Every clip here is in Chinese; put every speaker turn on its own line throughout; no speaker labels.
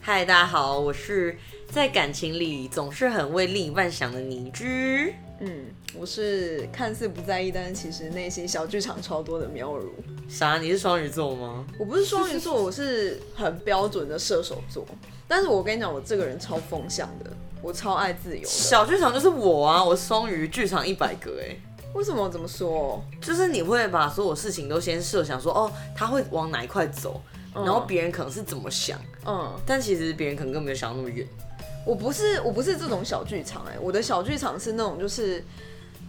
嗨，大家好，我是在感情里总是很为另一半想的凝脂。
嗯，我是看似不在意，但是其实内心小剧场超多的喵如。
啥？你是双鱼座吗？
我不是双鱼座，我是很标准的射手座。但是我跟你讲，我这个人超风向的，我超爱自由的。
小剧场就是我啊，我双鱼剧场一百个哎、
为什么？怎么说？
就是你会把所有事情都先设想说，哦，他会往哪一块走，然后别人可能是怎么想，
嗯，
但其实别人可能根本没有想到那么远。
我不是，我不是这种小剧场哎、我的小剧场是那种就是，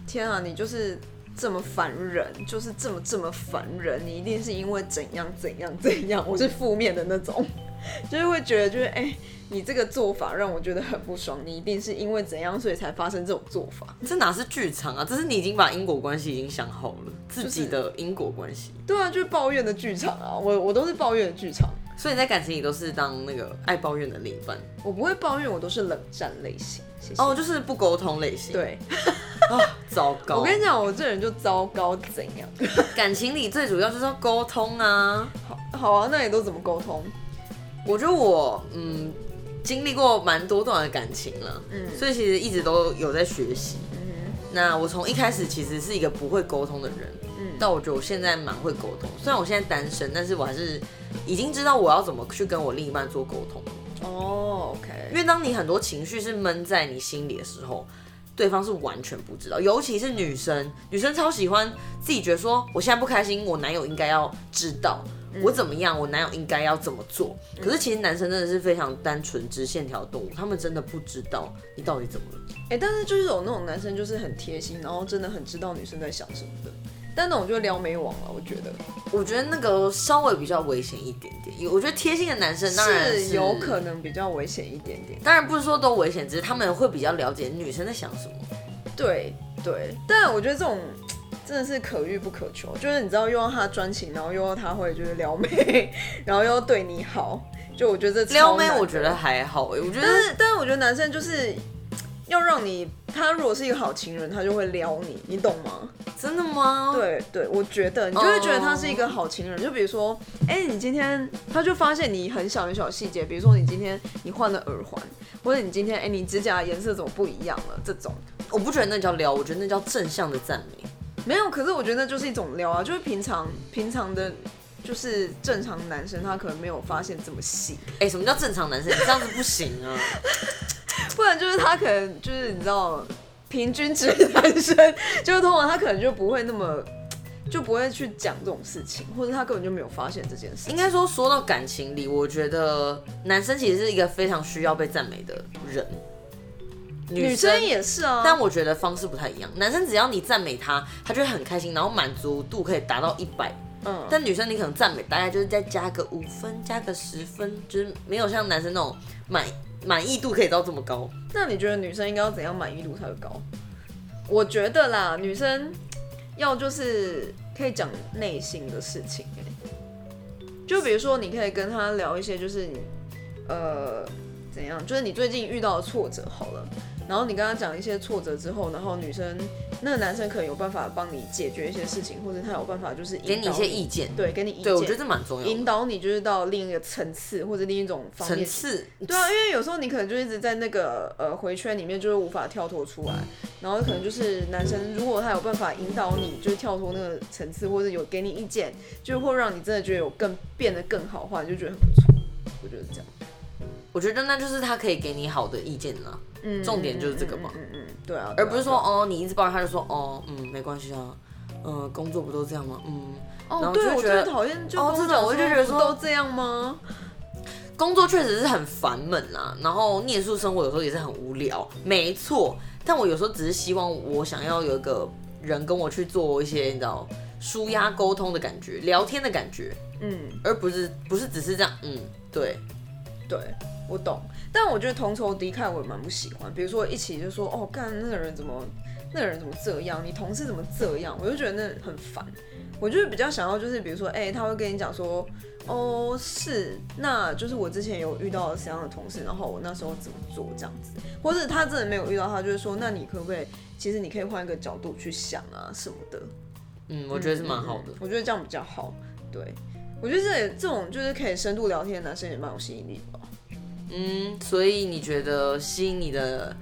天啊，你就是这么烦人，就是这么这么烦人，你一定是因为怎样怎样怎样，我是负面的那种， 就是会觉得就是哎、你这个做法让我觉得很不爽，你一定是因为怎样所以才发生这种做法。
这哪是剧场啊？这是你已经把因果关系已经想好了，自己的因果关系。
对啊，就是抱怨的剧场啊，我我都是抱怨的剧场，
所以你在感情里都是当那个爱抱怨的另一半
我不会抱怨，我都是冷战类型。谢谢。
哦，就是不沟通类型。
对，
啊，糟糕！
我跟你讲，我这人就糟糕怎样？
感情里最主要就是要沟通啊。
好啊，那你都怎么沟通？
我觉得我嗯经历过蛮多段的感情了，嗯，所以其实一直都有在学习。那我从一开始其实是一个不会沟通的人，嗯，但我觉得我现在蛮会沟通。虽然我现在单身，但是我还是已经知道我要怎么去跟我另一半做沟通。
哦，OK、
因为当你很多情绪是闷在你心里的时候，对方是完全不知道，尤其是女生，女生超喜欢自己觉得说，我现在不开心，我男友应该要知道。
嗯
我怎么样？我男友应该要怎么做？可是其实男生真的是非常单纯、直线条的动物，他们真的不知道你到底怎么了。
哎、但是就是有那种男生就是很贴心，然后真的很知道女生在想什么的，但那种就撩妹王了，我觉得
我觉得那个稍微比较危险一点点，有我觉得贴心的男生当然是
有可，能比较危险一点点。
当然不是说都危险，只是他们会比较了解女生在想什么。
对对，但我觉得这种真的是可遇不可求，就是你知道又要他专情，然后又要他会就是撩妹， 然后又要对你好，就我觉得这
撩
超
妹
难的
我觉得，还好、欸，我觉得
但是但是我觉得男生就是要让你，他如果是一个好情人，他就会撩你，你懂吗？
真的吗？，
对对，我觉得你就会觉得他
哦
是一个好情人。就比如说，哎、你今天他就发现你很小很小的细节，比如说你今天你换了耳环，或者你今天哎、你指甲的颜色怎么不一样了这种。
我不觉得那叫撩，我觉得那叫正向的赞美。
没有，可是我觉得那就是一种撩啊，就是平常平常的，就是正常男生他可能没有发现这么细，
哎、什么叫正常男生？你这样子不行 啊！
不然就是他可能就是你知道，平均值男生就是通常他可能就不会那么。就不会去讲这种事情，或者他根本就没有发现这件事
应
情。
该说，说到感情里，我觉得男生其实是一个非常需要被赞美的人，
女生，也是啊，
但我觉得方式不太一样。男生只要你赞美他，他就会很开心，然后满足度可以达到一百。
嗯，
但女生你可能赞美大概就是再加个五分，加个十分，就是没有像男生那种满满意度可以到这么高。
那你觉得女生应该要怎样满意度才会高？我觉得啦，女生要就是可以讲内心的事情、欸，就比如说你可以跟她聊一些，就是你呃怎样，就是你最近遇到的挫折好了，然后你跟她讲一些挫折之后，然后女生那个男生可能有办法帮你解决一些事情，或者他有办法就是
给
引
你
导
一些意见，
对，给你意
对我觉得
见，
这蛮重要
引
的。
导你就是到另一个层次或者另一种方面
层次，
对啊，因为有时候你可能就一直在那个呃回圈里面，就是无法跳脱出来。然后可能就是男生，如果他有办法引导你，就是跳脱那个层次，或者有给你意见，就会让你真的觉得有更变得更好的话，你就觉得很不错。我觉得是这样。
我觉得那就是他可以给你好的意见啦。
嗯
重点就是这个嘛
嗯嗯嗯嗯对啊，对
而
啊
不是说哦，你一直抱怨他就说哦，嗯，没关系啊，嗯、工作不都这样吗？嗯，然
哦
后，就
对，我
觉
最
得
讨厌就
哦
跟
这
我
种
讲
我就觉得
不
说
都这样吗？
工作确实是很烦闷啦，然后念书生活有时候也是很无聊，没错。但我有时候只是希望我想要有一个人跟我去做一些你知道舒压沟通的感觉，聊天的感觉，
嗯，
而不是不是只是这样，嗯，对，
对，我懂。但我觉得同仇敌忾，我也蛮不喜欢。比如说一起就说，哦，干那个人怎么，那个人怎么这样？你同事怎么这样？我就觉得那很烦。我就是比较想要，就是比如说，哎、他会跟你讲说，哦，是，那就是我之前有遇到什么样的同事，然后我那时候怎么做这样子，或者他真的没有遇到，他就是说，那你可不可以，其实你可以换一个角度去想啊什么的。
嗯，我觉得是蛮好的
嗯。我觉得这样比较啊好。对，我觉得这也这种就是可以深度聊天的男生也蛮有吸引力的吧。
嗯，所以你觉得吸引你的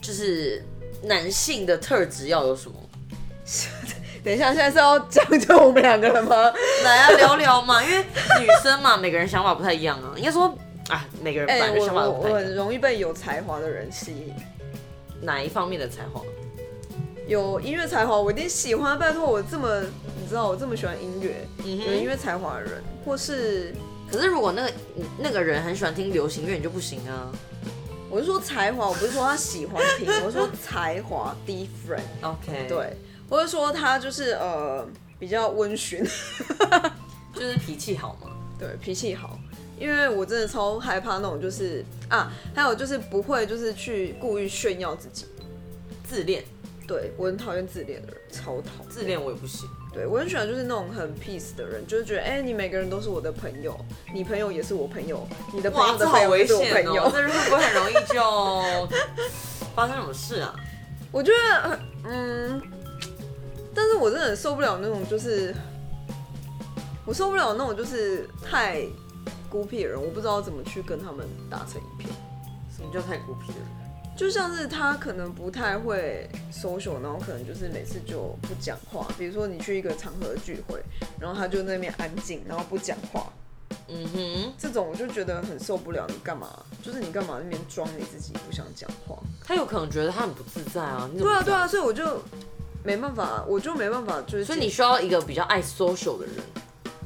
就是男性的特质要有什么？
等一下，现在是要讲就我们两个 人吗？
来啊，聊聊嘛，因为女生嘛，每个人想法不太一样啊。应该说，啊，每个人本
哎、
来就
我
想法都
我
不
我
太一样。
很容易被有才华的人吸引，
哪一方面的才华？
有音乐才华我一定喜欢。拜托，我这么你知道我这么喜欢音乐，
嗯
有音乐才华的人，或是
可是如果那个那个人很喜欢听流行乐，你就不行啊。
我是说才华，我不是说他喜欢听，我是说才华 different，
OK，，
对，或者说他就是呃比较温驯，
就是脾气好嘛。
对，脾气好。因为我真的超害怕那种，就是啊，还有就是不会就是去故意炫耀自己，
自恋，
对我很讨厌自恋的人，超讨厌。
自恋我也不行。
对我很喜欢就是那种很 peace 的人，就是觉得哎、你每个人都是我的朋友，你朋友也是我朋友，你的朋
哇，
友的
这
朋
好
友也
危
是我
险
朋友。
哦！这会不会很容易就发生什么事啊？
我觉得呃嗯，但是我真的很受不了那种就是，我受不了那种就是太孤僻的人，我不知道怎么去跟他们打成一片。
什么叫太孤僻了？
就像是他可能不太会 social，然后可能就是每次就不讲话。比如说你去一个场合聚会，然后他就在那边安静，然后不讲话，
嗯哼，
这种我就觉得很受不了。你干嘛？就是你干嘛那边装你自己不想讲话？
他有可能觉得他很不自在啊。你怎
对
么
啊，
知
对
道，
啊，所以我就没办法，我就没办法，就是
所以你需要一个比较爱 social 的人，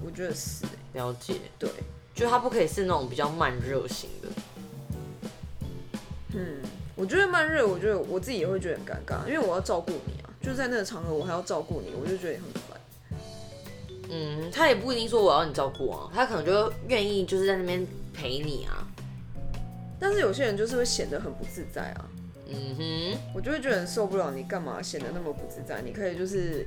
我觉得是、欸、
了解。
对，
就他不可以是那种比较慢热型的。
嗯，我觉得慢热，我觉得我自己也会觉得很尴尬，因为我要照顾你啊，就在那个场合我还要照顾你，我就觉得很烦。
嗯，他也不一定说我要你照顾啊，他可能就愿意就是在那边陪你啊。
但是有些人就是会显得很不自在啊，
嗯哼，
我就会觉得很受不了，你干嘛显得那么不自在？你可以就是，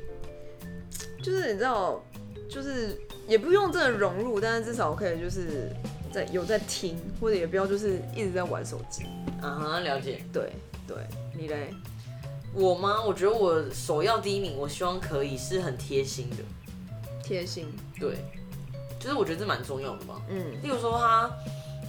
就是你知道，就是也不用真的融入，但是至少可以就是在有在听，或者也不要就是一直在玩手机。
啊哈，了解。
对对，你嘞？
我吗？我觉得我首要第一名，我希望可以是很贴心的。
贴心，
对，就是我觉得这蛮重要的吧。
嗯
例如说他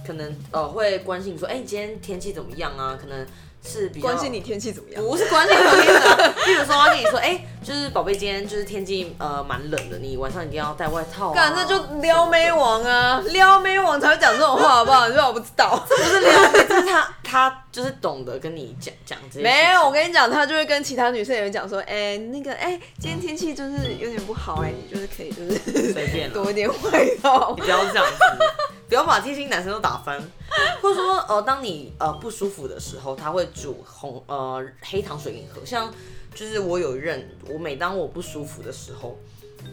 可能呃会关心你说，哎、你今天天气怎么样啊？可能是比较
关心你天气怎么样？
不是关心我意思啊。例如说他跟你说，哎、就是宝贝，今天就是天气呃蛮冷的，你晚上一定要带外套、啊。
干，这就撩妹王啊，撩妹王才会讲这种话，好不好？你说我不知道，
不是撩妹，就是他他就是懂得跟你讲讲这些。
没有，我，跟你讲，他就会跟其他女生也会讲说，哎、那个，哎、今天天气就是有点不好、哎，你就是可以就是
随便啦
多一点外套
你。不要这样子，不要把贴心男生都打翻。 或者说，呃，当你呃不舒服的时候，他会煮红呃黑糖水给你喝。像就是我有一任，我每当我不舒服的时候，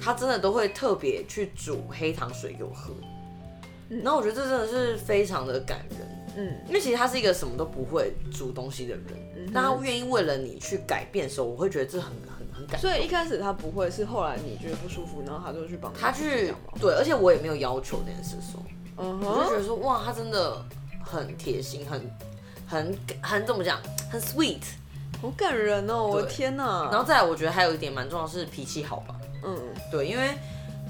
他真的都会特别去煮黑糖水给我喝。然后我觉得这真的是非常的感人，
嗯，
因为其实他是一个什么都不会煮东西的人，但他愿意为了你去改变的时候，我会觉得这很很很感人。
所以一开始他不会，是后来你觉得不舒服，然后他就去帮你
他
这
去
样吗
对，而且我也没有要求这件事的时候，
嗯
我就觉
哼，
得说，哇，他真的很贴心，很很很怎么讲，很 sweet。
好感人哦，我的天哪、
然后再来，我觉得还有一点蛮重要的是脾气好吧，
嗯，
对，因为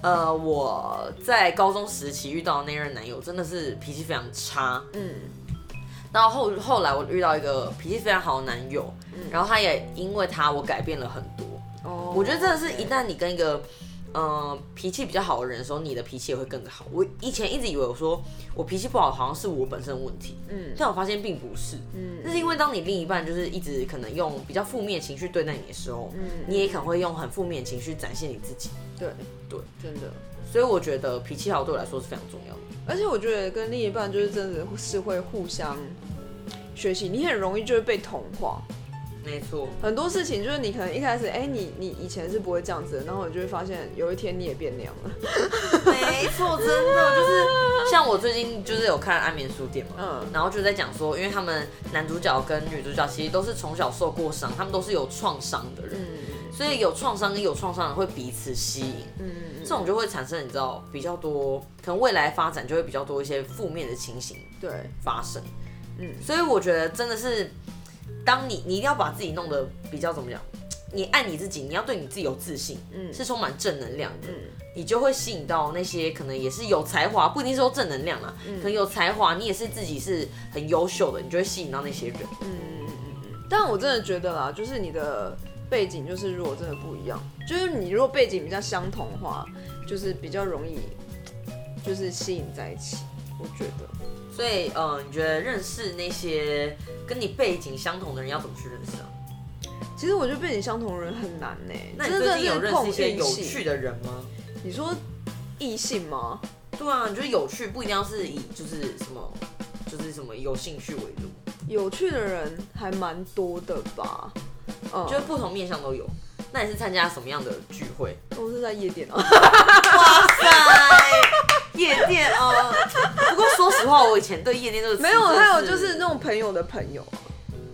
呃我在高中时期遇到的那任男友真的是脾气非常差，
嗯，
到后后来我遇到一个脾气非常好的男友，然后他也因为他我改变了很多。
哦，
我觉得真的是一旦你跟一个呃脾气比较好的人的时候，你的脾气也会跟着好。我以前一直以为我说我脾气不好，好像是我本身的问题，
嗯
但我发现并不是。
嗯
那是因为当你另一半就是一直可能用比较负面情绪对待你的时候，
嗯
你也可能会用很负面情绪展现你自己。
对
对，
真的。
所以我觉得脾气好对我来说是非常重要的。
而且我觉得跟另一半就是真的是会互相学习，你很容易就会被同化。
没错，
很多事情就是你可能一开始，哎、你你以前是不会这样子的，然后你就会发现有一天你也变那样了。
没错，真的就是像我最近就是有看《安眠书店》嘛，
嗯
然后就在讲说，因为他们男主角跟女主角其实都是从小受过伤，他们都是有创伤的人，
嗯
所以有创伤跟有创伤的人会彼此吸引，
嗯，
这种就会产生你知道比较多，可能未来发展就会比较多一些负面的情形
对，
发生。
嗯
所以我觉得真的是，当你你一定要把自己弄得比较怎么讲，你爱你自己，你要对你自己有自信，
嗯
是充满正能量的。
嗯
你就会吸引到那些可能也是有才华，不一定说正能量啦，
嗯
可能有才华，你也是自己是很优秀的，你就会吸引到那些人。
嗯但我真的觉得啦，就是你的背景，就是如果真的不一样，就是你如果背景比较相同的话，就是比较容易，就是吸引在一起。我觉得
所以，呃，你觉得认识那些跟你背景相同的人要怎么去认识啊？
其实我觉得背景相同的人很难呢、
那你
真
最
的
近有
是
认识
碰
一些
运
有趣
气。
的人吗？
你说异性吗？
对啊，你觉得有趣不一定要是以就是什么，就是什么有兴趣为主，
有趣的人还蛮多的吧？嗯，
就是不同面向都有。那你是参加什么样的聚 会？
都是在夜店啊。
哇塞，夜店哦。不过说实话，我以前对夜店这个词
呃没有，
真的
还有就是那种朋友的朋友，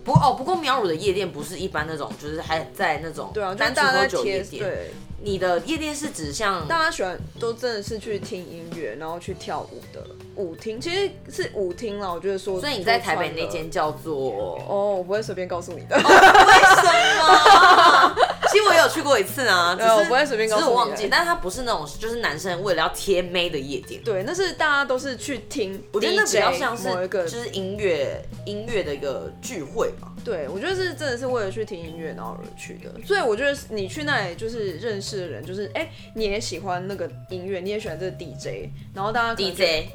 不哦，不过苗乳的夜店不是一般那种，就是还在那种
对啊，就是
单独
大
喝
家在
酒夜
贴
店。
对，
你的夜店是指像
大家喜欢都真的是去听音乐，然后去跳舞的舞厅，其实是舞厅啦。我觉得说，
所以你在台北那
说穿了
间叫做
哦，我不会随便告诉 你的。
其实我也有去过一次啊，只是
对我不会随便告诉
只是我
你
忘
欸
记，但是它不是那种就是男生为了要贴妹的夜店，
对，那是大家都是去听，
我觉得那比较像是
某一个
就，是音乐音乐的一个聚会吧。
对我觉得是真的是为了去听音乐然后而去的。所以我觉得你去那里就是认识的人，就是哎、你也喜欢那个音乐，你也喜欢这个 DJ，然后大家可能
DJ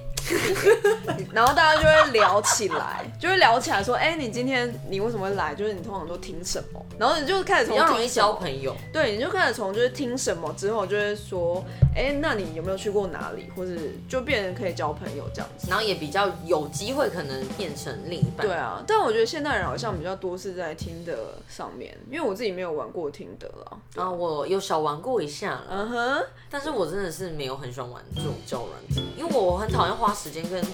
然后大家就会聊起来，就会聊起来说，哎、你今天你为什么会来？就是你通常都听什么？然后你就开始
比
从
较容易
听什么
交朋友，
对，你就开始从就是听什么之后，就会说，哎、那你有没有去过哪里？或是就变成可以交朋友这样子。
然后也比较有机会可能变成另一半。
对啊，但我觉得现代人好像比较多是在听的上面，因为我自己没有玩过听的啦。
啊，我有小玩过一下啦
嗯哼，
但是我真的是没有很喜欢玩这种交友软件，因为我很讨厌花时间跟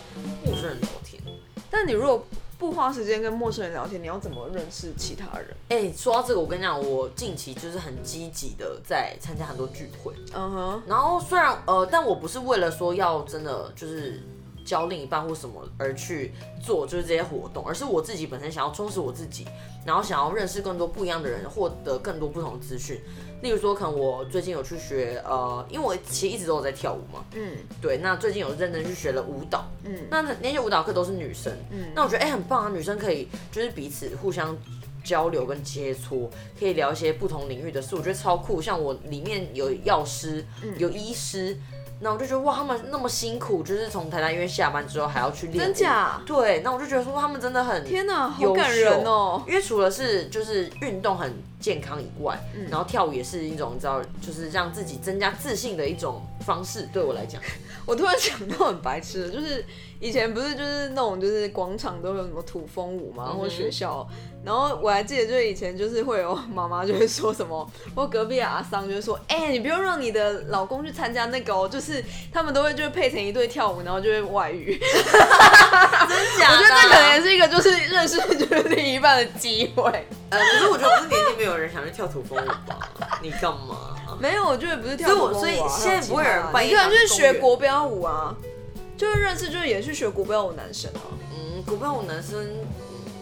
陌生人聊天。
但你如果不花时间跟陌生人聊天，你要怎么认识其他人？
哎、说到这个，我跟你讲，我近期就是很积极的在参加很多聚会，
嗯哼，
然后虽然呃，但我不是为了说要真的就是交另一半或什么而去做就是这些活动，而是我自己本身想要充实我自己，然后想要认识更多不一样的人，获得更多不同的资讯。例如说，可能我最近有去学呃，因为我其实一直都有在跳舞嘛，
嗯
对，那最近有认真去学了舞蹈，
嗯
那那些舞蹈课都是女生，
嗯
那我觉得哎、很棒啊，女生可以就是彼此互相交流跟切磋，可以聊一些不同领域的事，我觉得超酷。像我里面有药师，
嗯
有医师，那我就觉得哇，他们那么辛苦，就是从台大医院下班之后还要去练舞，
真假
对，那我就觉得说他们真的很
天哪，好
优
感
秀
人哦、
因为除了是就是运动很健康以外，
嗯
然后跳舞也是一种你知道，就是让自己增加自信的一种方式。对我来讲，
我突然想到很白痴的，就是以前不是就是那种就是广场都有什么土风舞嘛，
哼
或学校，然后我还记得就是以前就是会有妈妈就会说什么，我隔壁的阿桑就会说，哎、你不要让你的老公去参加那个哦，就是他们都会就会配成一对跳舞，然后就会外遇，
真假
我觉得这可能也是一个就是认识就是另一半的机会。
呃，可是我觉得不是年纪没有人想去跳土风舞吧？你干嘛？
没有，我觉得不是跳
所以
土
我
风舞、啊，
所以现在不会有人
办，
办
你
一
可能
场
就是
公
学
园
国标舞啊，就是认识就是也去学国标舞男生啊，
嗯，古标舞男生嗯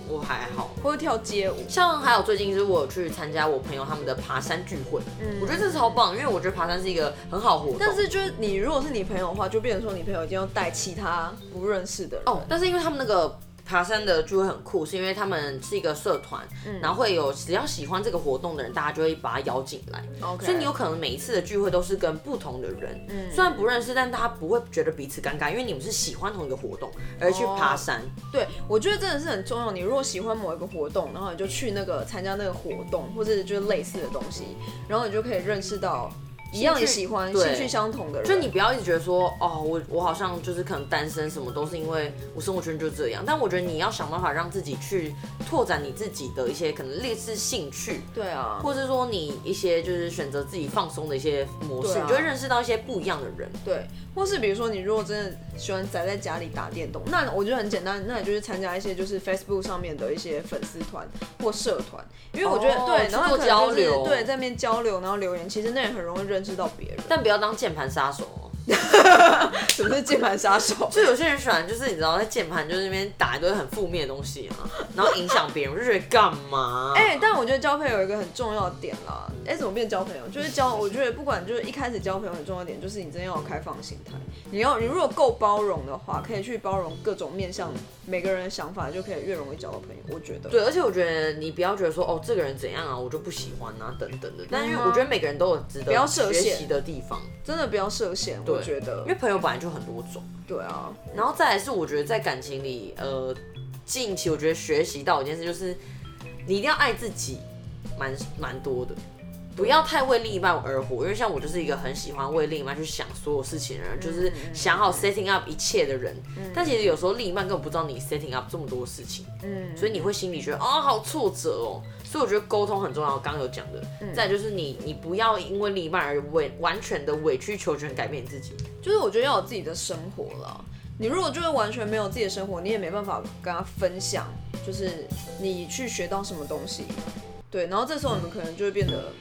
我还好。
或者跳街舞。
像还有最近就是我有去参加我朋友他们的爬山聚会，我觉得这超棒，因为我觉得爬山是一个很好活动。
嗯但是就是你如果是你朋友的话，就变成说你朋友一定要带其他不认识的人。
哦，但是因为他们那个爬山的聚会很酷，是因为他们是一个社团，
嗯
然后会有只要喜欢这个活动的人，大家就会把他邀进来。
OK 嗯
所以你有可能每一次的聚会都是跟不同的人，虽然不认识，但大家不会觉得彼此尴尬，因为你们是喜欢同一个活动而
哦
去爬山。
对，我觉得真的是很重要。你如果喜欢某一个活动，然后你就去那个参加那个活动，或者是就是类似的东西，然后你就可以认识到一样也喜欢、
对
兴趣相同的人。
就你不要一直觉得说，哦，我我好像就是可能单身什么都是因为我生活圈就这样，但我觉得你要想办法让自己去拓展你自己的一些可能类似兴趣，
对啊，
或是说你一些就是选择自己放松的一些模式，
对啊
你就会认识到一些不一样的人。
对，或是比如说你如果真的喜欢宅在家里打电动，那我觉得很简单，那你就是参加一些就是 Facebook 上面的一些粉丝团或社团，因为我觉得、
哦
对，
去
然后
做
可能就是
交流
对在面交流，然后留言，其实那也很容易认识到别人。
但不要当键盘杀手哦，
什么是键盘 杀手？
就有些人喜欢，就是你知道，在键盘就是那边打一堆很负面的东西啊，然后影响别人，我就觉得干嘛？
哎、但我觉得交朋友有一个很重要的点啦，哎、怎么变交朋友？就是交，我觉得不管就是一开始交朋友很重要的点，就是你真的要有开放心态。你要你如果够包容的话，可以去包容各种面向每个人的想法，就可以越容易交到朋友。我觉得，
对，而且我觉得你不要觉得说哦，这个人怎样啊，我就不喜欢啊，等等的。但因为
嗯啊
我觉得每个人都有值
不要
得
设
学
限
习的地方，
真的不要设限。
对
我觉得
因为，朋友本来就很多种。
对啊，
然后再来是，我觉得在感情里，呃，近期我觉得学习到一件事，就是你一定要爱自己，蛮蛮多的，不要太为另一半而活。因为像我就是一个很喜欢为另一半去想所有事情的人，
嗯
就是想好 setting up 一切的人。但其实有时候另一半根本不知道你 setting up 这么多事情，
嗯，
所以你会心里觉得哦，好挫折哦。所以我觉得沟通很重要，刚刚有讲的。
嗯
再来就是你，你不要因为另一半而委完全的委曲求全改变你自己。
就是我觉得要有自己的生活了。你如果就是完全没有自己的生活，你也没办法跟他分享，就是你去学到什么东西。对，然后这时候你们可能就会变得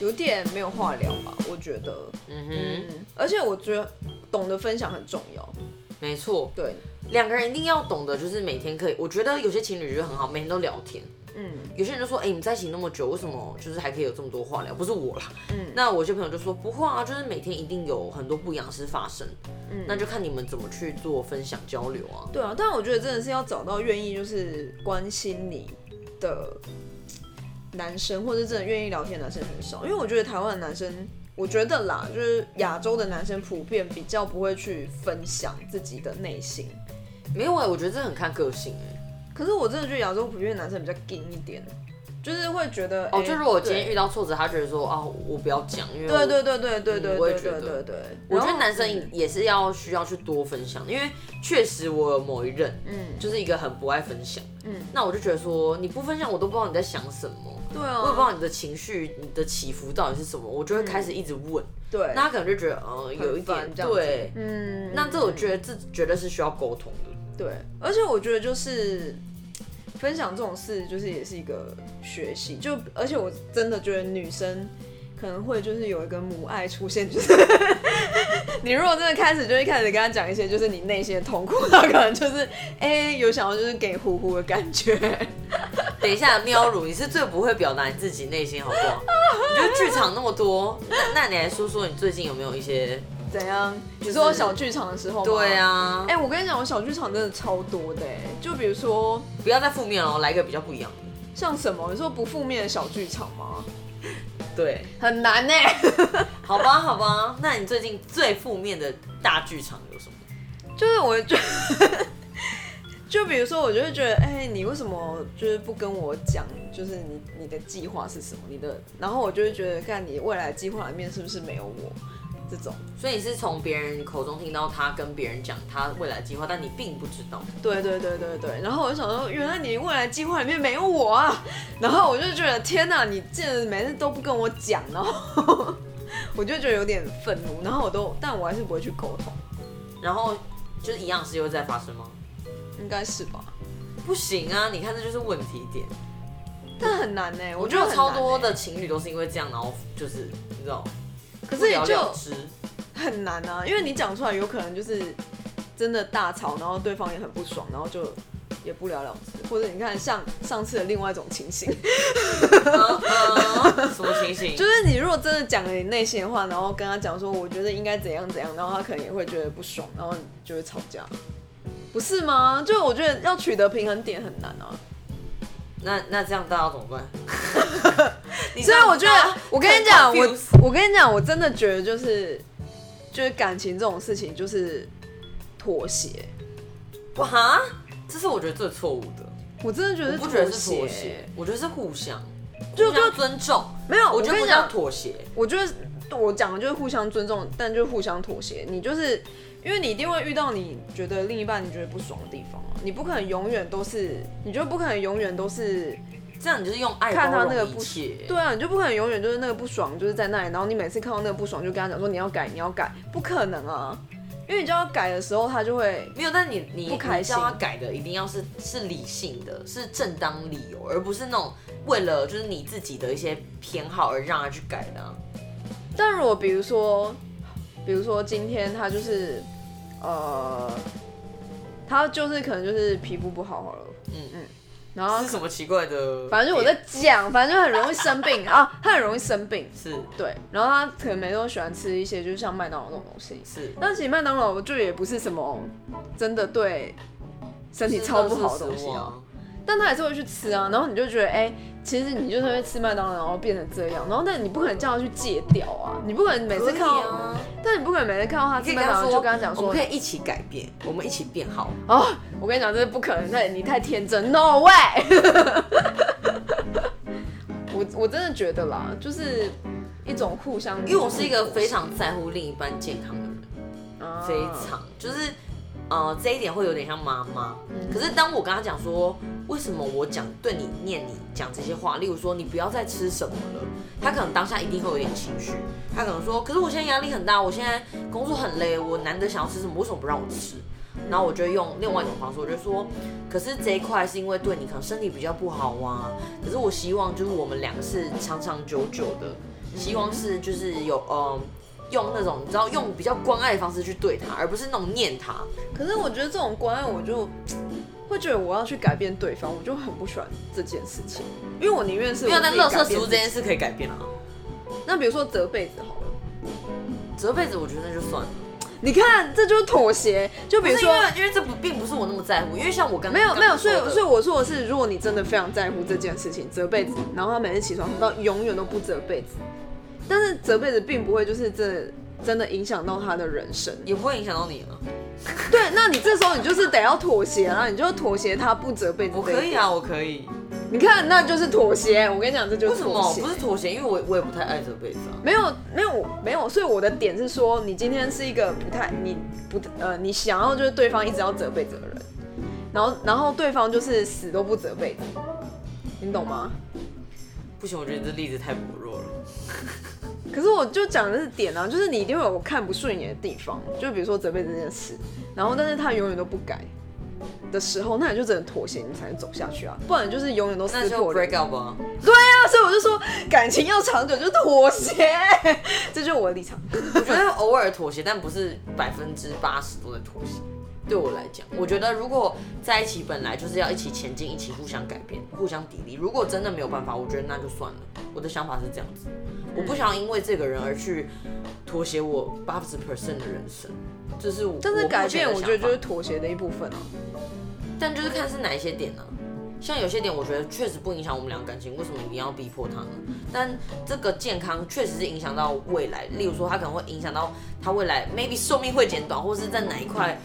有点没有话聊吧，我觉得。
嗯
嗯
哼，，
而且我觉得懂得分享很重要。
没错。
对，
两个人一定要懂得，就是每天可以。我觉得有些情侣就很好，每天都聊天。
嗯，
有些人就说：“哎、你们在一起那么久，为什么就是还可以有这么多话聊？”不是我啦，
嗯
那我有些朋友就说：“不会啊，就是每天一定有很多不一样的事发生，
嗯
那就看你们怎么去做分享交流啊。
对啊，但我觉得真的是要找到愿意就是关心你的男生，或者真的愿意聊天的男生很少，因为我觉得台湾的男生。我觉得啦，就是亚洲的男生普遍比较不会去分享自己的内心，”嗯
没有哎、我觉得这很看个性哎、
可是我真的觉得亚洲普遍的男生比较硬一点，就是会觉得
哦，
哎
就如果我今天
对
遇到挫折，他觉得说：“啊，我不要讲，因为
对
我
对对对对对
嗯我
对
也觉
对
得
对对，嗯
我觉
然
得
后
男生也是要需要去多分享，因为确实我有某一任
嗯
就是一个很不爱分享，
嗯
嗯，那我就觉得说你不分享，我都不知道你在想什么，
对啊，
我也不知道你的情绪、你的起伏到底是什么，我就会开始一直问，
对，
那他可能就觉得，呃，有一点
嗯烦这样子
对，
嗯，
那这我觉得这绝对是需要沟通的，
对，而且我觉得就是分享这种事，就是也是一个学习。就而且我真的觉得女生可能会就是有一个母爱出现，就是 你如果真的开始就一开始跟她讲一些就是你内心的痛苦，她可能就是哎、有想要就是给呼呼的感觉。
等一下，喵如，你是最不会表达你自己内心，好不 好？你觉得剧场那么多，那那你来说说你最近有没有一些？
怎样？你说我小剧场的时候吗？
对。啊，
哎、我跟你讲，我小剧场真的超多的、哎就比如说
不要再负面哦，来一个比较不一样的。
像什么，你说不负面的小剧场吗？
对，
很难呢、哎
好吧，好吧，那你最近最负面的大剧场有什么？
就是我就 就比如说，我就会觉得，哎、你为什么就是不跟我讲，就是你你的计划是什么？你的，然后我就会觉得，看你未来计划里面是不是没有我这种？
所以你是从别人口中听到他跟别人讲他未来计划，但你并不知道。
对对对对对。然后我就想说，原来你未来计划里面没有我啊！然后我就觉得，天哪、你竟然每次都不跟我讲，然后 我就觉得有点愤怒。然后我都，但我还是不会去沟通，
然后就是一样的事又在发生吗？
应该是吧？
不行啊，你看这就是问题点。
但很难呢、
我
我
觉
觉得
得
很
超
难
多
欸
的情侣都是因为这样，然后就是你知道，
可
不
是
了
就
了 之。
很难啊，因为你讲出来有可能就是真的大吵，然后对方也很不爽，然后就也不了了之。或者你看像上次的另外一种情 形，
嗯嗯什么情形？就
就
是
你如果真的讲了你内心的话，然后跟他讲说我觉得应该怎样怎样，然后他可能也会觉得不爽，然后就会吵架，不是吗？就我觉得要取得平衡点很难啊。
那那这样大家怎么 办？你
所以我
这
觉
样
得
大家，
我跟 你讲，
很
我
confused
我跟你讲，我真的觉得就是就是感情这种事情就是妥协，
我哈，这是我觉得最错误的。
我真的觉得
我不觉得是妥协，我觉得是互相，
就
互相尊重。
没有，
我
我
觉得
跟你
不叫
讲，
妥协，
我觉得我讲的就是互相尊重，但就互相妥协。你就是因为你一定会遇到你觉得另一半你觉得不爽的地方啊，你不可能永远都是，你就不可能永远都是，
这样你就是用爱
看
包
他那个
容一
不
切。
对啊，你就不可能永远就是那个不爽就是在那里，然后你每次看到那个不爽就跟他讲说你要改，你要改，不可能啊，因为你就要改的时候他就会。
没有，但你你
不开
你
心
叫他改的一定要是是理性的，是正当理由，而不是那种为了就是你自己的一些偏好而让他去改的啊、
但如果比如说，比如说今天他就是呃，他就是可能就是皮肤不好好了，嗯
嗯
嗯，然后
是什么奇怪的？
反正我在讲，反正就很容易生病啊，他很容易生病，
是
对，然后他可能每天都喜欢吃一些就是像麦当劳这种东西，
是
但其实麦当劳就也不是什么真的对身体超不好的东西啊，但他还是会去吃啊，然后你就觉得，哎、其实你就是会吃麦当劳，然后变成这样，然后但你不可能叫他去戒掉啊，你不可能每
每
次
次
看
看
到，
啊，
但你不可能每次看到他
你可
吃
以
麦
跟
当
他
劳
说，哦
就跟他讲
我
说
们可，以一起改变，我们一起变好。
哦，我跟你讲，这不可能，那你太天真，no way。我我真的觉得啦，就是一种互相，
因为我是一个非常在乎另一半健康的人，
啊
非常就是。呃，这一点会有点像妈妈。可是当我跟他讲说，为什么我讲对你念你讲这些话，例如说你不要再吃什么了，他可能当下一定会有点情绪，他可能说，可是我现在压力很大，我现在工作很累，我难得想要吃什么，为什么不让我吃？然后我就用另外一种方式，我就说，可是这一块是因为对你可能身体比较不好啊，可是我希望就是我们两个是长长久久的，希望是就是有嗯。用那种你知道用比较关爱的方式去对他，而不是那种念他。
可是我觉得这种关爱，我就会觉得我要去改变对方，我就很不喜欢这件事情，因为我宁愿是
没有，但
乐
垃
色
圾食物这件事可以改变啊。
那比如说折被子好了，
折被子我觉得那就算了。
你看这就是妥协。就比
比
如
如说
说，
因为这不并不是我那么在乎，因为像我刚
没有没有，所以所以
以
我说的是，如果你真的非常在乎这件事情，折被子，然后他每次起床到永远都不折被子，但是折被子并不会就是真的真的影响到他的人生。
也不会影响到你了。
对，那你这时候你就是得要妥协啦，你就妥协他不折被子。
我可以，啊，我可以。
你看那就是妥协。我跟你讲，这就
为
是
什
妥
么
协
不。是妥协？因为我我也不太爱折被子啊。
没有没有没有，所以我的点是说，你今天是一个不太你不呃，你想要就是对方一直要责备责人，然后然后对方就是死都不责备你，你懂吗？
不行，我觉得你这例子太薄弱了。
可是我就讲的是点啊，就是你一定会有看不顺眼的地方，就比如说责备这件事，然后但是他永远都不改的时候，那你就只能妥协，你才能走下去啊，不然就是永远都
那
撕
就
破脸
break up 啊。
对啊，所以我就说感情要长久就妥协，这就是我的立场。
我觉得偶尔妥协，但不是百分之八十都在妥协。对我来讲，我觉得如果在一起本来就是要一起前进，一起互相改变，互相砥砺。如果真的没有办法，我觉得那就算了。我的想法是这样子，我
嗯
不想要因为这个人而去妥协我八十 percent 的人生，这是我。
但是
我
改
目前
变，
的
我觉得
想法
就是妥协的一部分啊。
但就是看是哪一些点呢、像有些点，我觉得确实不影响我们俩感情，为什么一定要逼迫他呢？但这个健康确实是影响到未来，例如说他可能会影响到他未来，maybe 寿命会减短，或是在哪一块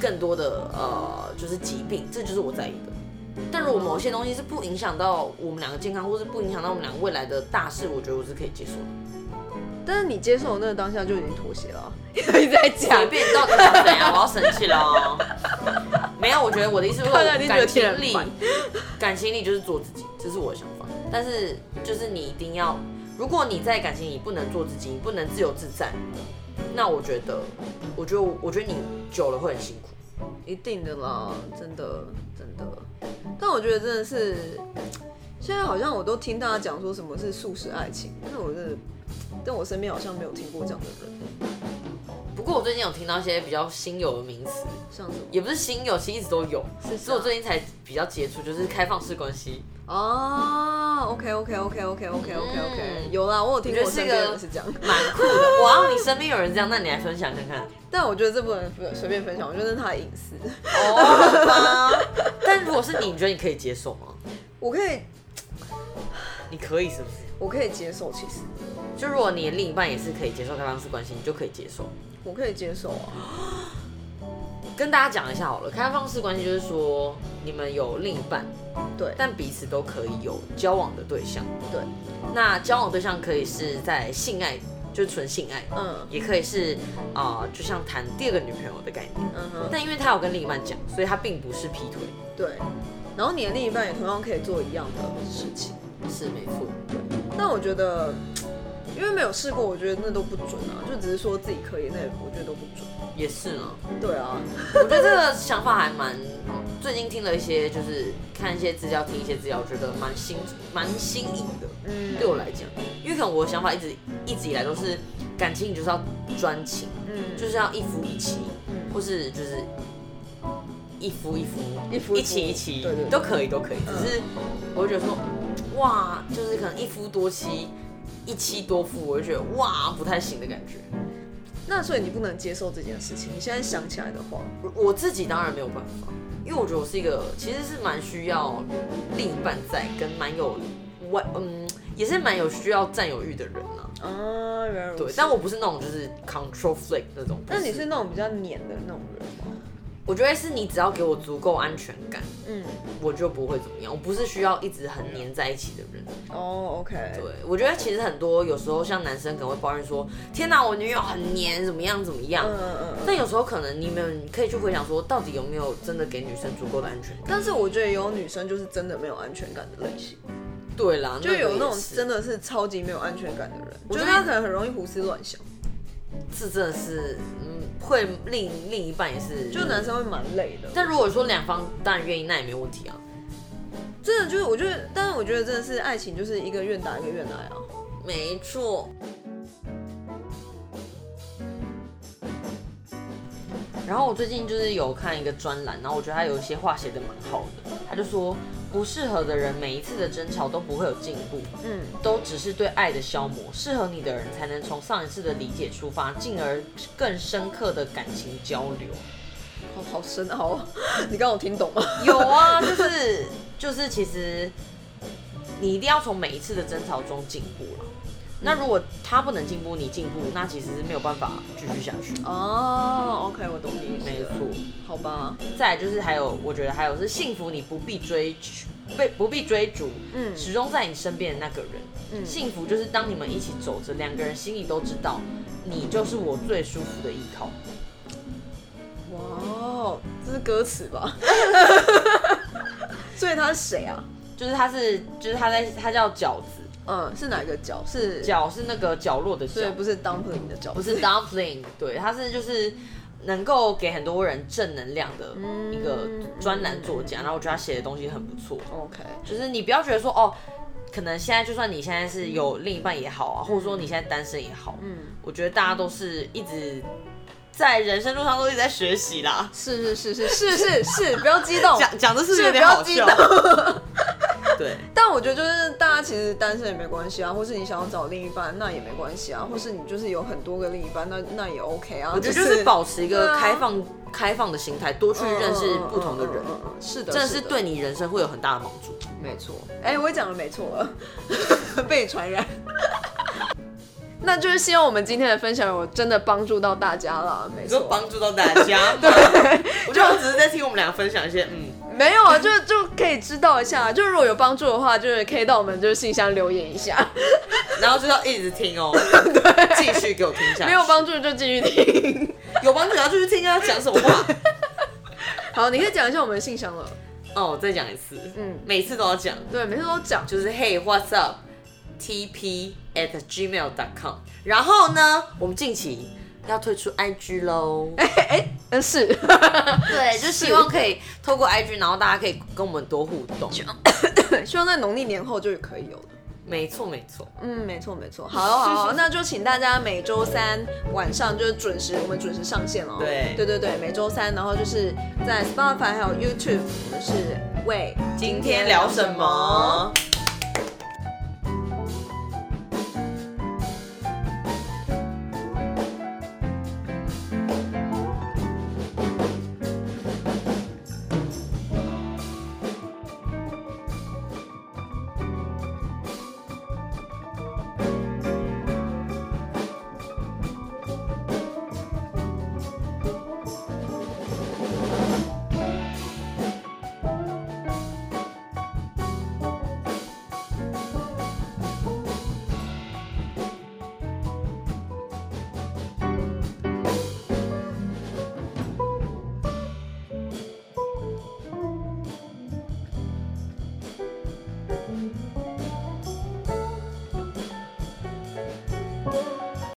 更多的呃就是疾病，这就是我在意的。但如果某些东西是不影响到我们两个健康，或是不影响到我们两个未来的大事，我觉得我是可以接受的。
但是你接受的那个当下就已经妥协了啊， 你在
随
讲，
便你到底想怎样，我要生气了哦。 没有，我觉得我的意思是说，
看来你觉得
感
天
情
然
力
烦，
感情力就是做自己，这是我的想法。但是就是你一定要，如果你在感情里不能做自己，你不能自由自在，那我觉得，我觉得，我觉得你久了会很辛苦。
一定的啦，真的真的。但我觉得真的是，现在好像我都听大家讲说什么是素食爱情，但是我真的，但我身边好像没有听过这样的人，
不过我最近有听到一些比较新有的名词，
像什么
也不是新有，其实一直都有，
是
所以我最近才比较接触，就是开放式关系。
哦，OK OK OK OK OK OK OK，有啦，我有听
我觉得
过我
是
身
一
边人
个
是这样，
蛮酷的，哇！你身边有人这样，那你来分享看看。
但我觉得这不能随便分享，我觉得那是他的隐私。
哦，好吧但如果是你，你觉得你可以接受吗？
我可以，
你可以是不是？
我可以接受，其实
就如果你的另一半也是可以接受开放式关系，你就可以接受。
我可以接受啊。
跟大家讲一下好了，开放式关系就是说你们有另一半，
对
但彼此都可以有交往的对象。
对，
那交往对象可以是在性爱，就是纯性爱，
嗯
也可以是啊、呃就像谈第二个女朋友的概念。
嗯哼，
但因为他有跟另一半讲，所以他并不是劈腿，
对。然后你的另一半也同样可以做一样的事情，
是没错。
但我觉得，因为没有试过，我觉得那都不准啊，就只是说自己可以，那我觉得都不准。
也是呢，
对啊，
我觉得这个想法还蛮，哦最近听了一些，就是看一些资料，听一些资料，我觉得蛮新蛮新颖的。
嗯，
对我来讲，因为可能我的想法一直一直以来都是感情你就是要专情，
嗯，
就是要一夫一妻，
嗯
或是就是一夫一夫，
一夫
一
一夫
妻一妻，
对对对
都可以，都可以。
嗯
只是我就觉得说，哇，就是可能一夫多妻，一妻多夫，我就觉得哇不太行的感觉。
那所以你不能接受这件事情。你现在想起来的话，
我我自己当然没有办法，因为我觉得我是一个其实是蛮需要另一半在，跟蛮有外嗯也是蛮有需要占有欲的人啊。
啊，原来如此。
对，但我不是那种就是 control freak 那种。
那你
不
是那种比较黏的那种人吗？
我觉得是你只要给我足够安全感，
嗯，
我就不会怎么样。我不是需要一直很黏在一起的人。
哦，OK，
对，我觉得其实很多有时候像男生可能会抱怨说：“天哪，我女友很黏，怎么样怎么样。
嗯嗯嗯。
但有时候可能你们可以去回想说，到底有没有真的给女生足够的安全感？
但是我觉得有女生就是真的没有安全感的类型，
对啦，
就有那种真
的
的是超级没有安全感的人，
我
就
觉
是
得
她可能很容易胡思乱想，
是真的是，嗯，会另另一半也是，
就男。生会蛮累的。
但如果说两方当然愿意，那也没问题啊。
真的就是，我觉得，但是我觉得真的是爱情就是一个愿打一个愿挨啊。
没错，然后我最近就是有看一个专栏，然后我觉得他有一些话写的蛮好的。他就说，不适合的人每一次的争吵都不会有进步，
嗯，
都只是对爱的消磨。适合你的人才能从上一次的理解出发，进而更深刻的感情交流。
好好深奥啊！ 你刚刚有听懂吗？
有啊，就是就是，其实你一定要从每一次的争吵中进步了。
嗯
那如果他不能进步，你进步，那其实是没有办法继续下去。
哦，OK，我懂你意思
没
了。
错，
好吧，
再来就是还有，我觉得还有是幸福，你不必追求，被不必追逐，
嗯
始终在你身边的那个人。
嗯
幸福就是当你们一起走着，两个人心里都知道，你就是我最舒服的依靠。
哇哦，这是歌词吧？ 所以他是谁啊？
就是他是，就是他在，他叫饺子，
嗯，是哪个角？是，
角是那个角落的角
所以，不是 dumpling 的角，
不是 dumpling，对，他是就是能够给很多人正能量的一个专栏作家，然后我觉得他写的东西很不错，
OK，
就是你不要觉得说哦，可能现在就算你现在是有另一半也好啊，或者说你现在单身也好，
嗯，
我觉得大家都是一直在人生路上都一直在学习啦。
是是是是是是是，不要激 动。
讲讲的是不是
是
有点
不要
好
激
笑，对，
但我觉得就是大家其实单身也没关系啊，或是你想要找另一半那也没关系啊，或是你就是有很多个另一半那那也 OK 啊。
我觉得就是保持一个
对啊
开放、开放的心态，多去
嗯
认识不同的人
嗯，嗯嗯嗯是的，
真的
是
是对你人生会有很大的帮助。
没错，哎、我也讲的没错 了，被你传染。 那就是希望我们今天的分享有真的帮助到大家啦，没
你说
错，
帮助到大 家吗？我就只是在听我们俩分享一些，嗯，
没有啊，就就可以知道一下，就如果有帮助的话，就是可以到我们就是信箱留言一 下，
然后就要一直听 哦，继续给我听下去。
没有帮助就继续听。
有帮助，然后就去听他啊讲什么话。
好，你可以讲一下我们的信箱了，
哦，我再讲一次，
嗯，
每次都要讲，
对，每次都讲，
就是 Hey what's up TP at gmail dot com。然后呢，我们近期要推出 IG 喽，
嗯 是，
对，就希望可以透过 IG，然后大家可以跟我们多互动。
希望在农历年后就可以有了。
没错，没错。
嗯，没错没错，好好好，那就请大家每周三晚上就是准时，我们准时上线哦。
对
对对对，每周三，然后就是在 Spotify 还有 YouTube，我们是为
今天聊什么？？